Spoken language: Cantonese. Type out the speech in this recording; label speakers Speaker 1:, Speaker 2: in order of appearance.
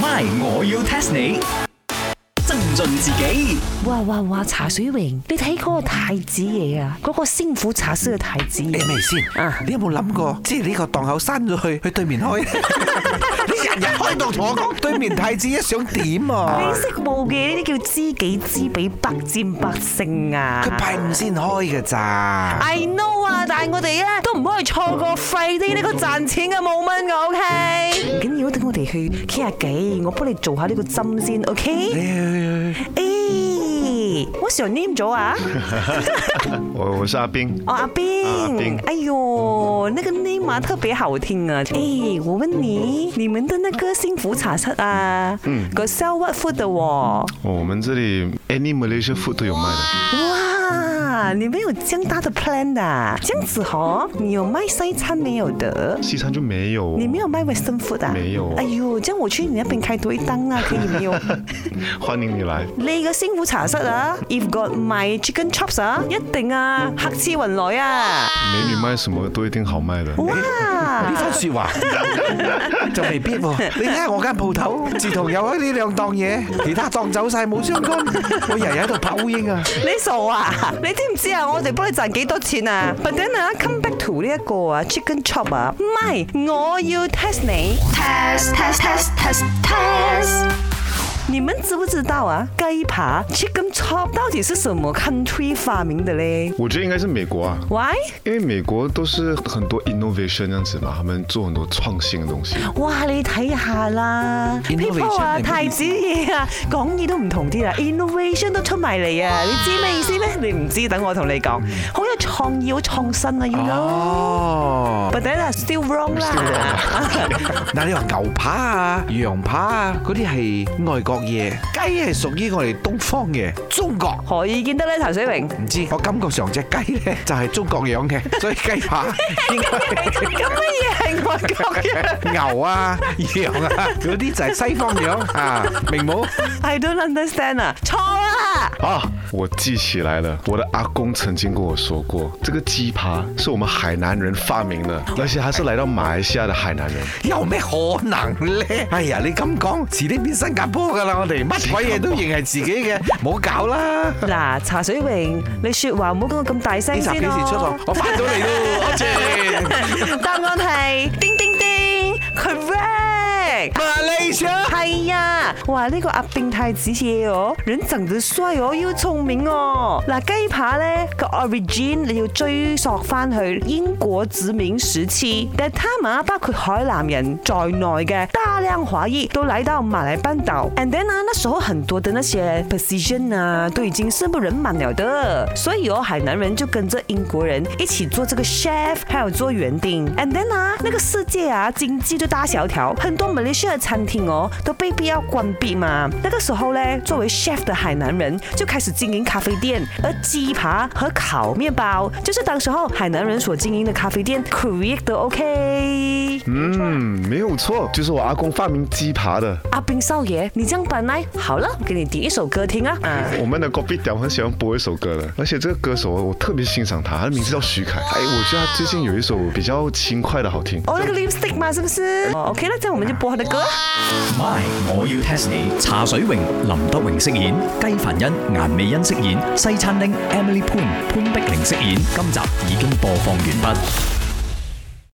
Speaker 1: My，我要 test 你。增進自己，
Speaker 2: 哇哇哇！茶水榮，你睇嗰個太子爺啊，嗰、個辛苦茶室嘅太子
Speaker 3: 你
Speaker 2: 爺，
Speaker 3: 咪先
Speaker 2: 啊
Speaker 3: 你有冇諗過，即係呢個檔口閂咗去，去對面開？你日日開檔同我講，對面太子一想點啊
Speaker 2: 你？識冇嘅呢啲叫知己知彼，百戰百勝啊！
Speaker 3: 佢拜五先開嘅咋？
Speaker 2: I know 啊，但係我哋咧都唔可以錯過 Friday 呢個賺錢嘅 moment 嘅，OK？緊要等我哋去傾下偈，我幫你做下呢個針先
Speaker 3: 你
Speaker 2: ，OK？
Speaker 3: 去
Speaker 2: 誒，what's your name 咗啊？
Speaker 4: 我我是阿冰，
Speaker 2: 哦，阿
Speaker 4: 啊阿
Speaker 2: 斌
Speaker 4: 斌，嗯
Speaker 2: 哎呦，那个内码特别好听啊！哎，我问你，你们的那个幸福茶室啊，
Speaker 4: 嗯
Speaker 2: 个 sell what food 的哦？
Speaker 4: 哦我们这里 any Malaysia food 都有卖的。
Speaker 2: 哇，你们有这样大的 plan 的、啊？这样子哦，你有卖西餐没有的？
Speaker 4: 西餐就没有，
Speaker 2: 你没有卖 Western food 啊？
Speaker 4: 没有
Speaker 2: 哎呦，这样我去你那边开多一档啊，可以没有？
Speaker 4: 欢迎你来。
Speaker 2: 你嘅辛苦茶室啊，if got my chicken chops 啊，一定啊，客似云來啊！
Speaker 4: 美女卖什么都一定好卖的。
Speaker 2: 哇！
Speaker 3: 呢番説 話就未必喎。你睇下我間鋪頭，自從有咗呢兩檔嘢，其他檔走晒冇相干，我日日喺度拍烏蠅啊！
Speaker 2: 你傻啊！你知唔知啊？我哋幫你賺幾多錢啊？But then 啊，come back to 呢一個啊，chicken chop 啊，唔係，我要 test 你。
Speaker 5: test test test test test
Speaker 2: 你們知不知道啊？雞扒 chicken chop 到底是什麼 country 發明的嘞
Speaker 4: 我觉得应该是美国啊，
Speaker 2: ？Why？
Speaker 4: 因为美国都是很多 innovation 这样子嘛，他们做很多创新的东西。
Speaker 2: 哇！你睇下啦
Speaker 3: Innovation
Speaker 2: ，people 啊，
Speaker 3: 係咩意思
Speaker 2: 太子爺啊，講嘢都唔同啲啦，innovation 都出埋嚟啊！你知咩意思咩？你唔知，等我同你講，好有創意，好創新啊，要 y
Speaker 3: 哦，
Speaker 2: But then 啊，still wrong 啦。
Speaker 3: 嗱，你話牛扒啊、羊扒啊，嗰啲係外國嘢，雞係屬於我哋東方嘅中國。
Speaker 2: 何以見得咧，譚水榮？
Speaker 3: 唔知，我感覺上只雞咧 就係中國養嘅，所以雞扒應
Speaker 2: 咁乜嘢係外國嘅
Speaker 3: 該牛啊、羊啊嗰啲就係西方養啊，明冇？
Speaker 2: ？I don't understand 啊！錯啦！
Speaker 4: 啊，我记起来了，我的阿公曾经跟我说过，这个鸡扒是我们海南人发明的，而且还是来到马来西亚的海南人。
Speaker 3: 有咩可能咧？哎呀，你咁講，遲啲變新加坡噶啦，我哋乜鬼嘢都認係自己嘅，冇搞啦！
Speaker 2: 嗱，茶水榮，你説話唔好講到咁大聲
Speaker 3: 呢集
Speaker 2: 先
Speaker 3: 幾時出啊
Speaker 2: 咯？
Speaker 3: 我翻到嚟咯，多謝。
Speaker 2: 答案係叮叮叮，correct。
Speaker 3: 馬來西亞
Speaker 2: 係呀，啊哇！呢、個阿炳太子嘢哦，人長得帥哦，要聰明哦。嗱，雞扒咧個 origin 你要追溯翻去英國殖民時期，但係他們包括海南人在內嘅大量華裔都來到馬來半島，and then 啊，那時候很多的那些 position 啊，都已經是不人滿了的，所以哦，海南人就跟着英國人一起做這個 chef，还有做園丁，and then 啊，那個世界啊，經濟就大蕭條，很多 Malaysia 的餐廳哦都被逼要關閉嘛。那個時候呢，作為 chef 的海南人就开始经营咖啡店，而鸡扒和烤面包就是当时候海南人所经营的咖啡店 create 的 OK。
Speaker 4: 嗯，没有错，就是我阿公发明鸡扒的。
Speaker 2: 阿炳少啊爷，你这样本来好了，给你点一首歌听啊。啊
Speaker 4: 我们的 g o b i 屌很喜欢播一首歌的，而且这个歌手我特别欣赏他，他的名字叫徐凯。哎，我觉得他最近有一首比较轻快的好听。
Speaker 2: 哦，那个 lipstick 嘛，是不是？哦，OK，那这样我们就播他的歌啊。
Speaker 1: My，我要 test 你。茶水榮、林德榮飾演，雞凡欣、顏美欣飾演，西餐廳 Emily Poon 潘碧玲飾演。今集已經播放完畢。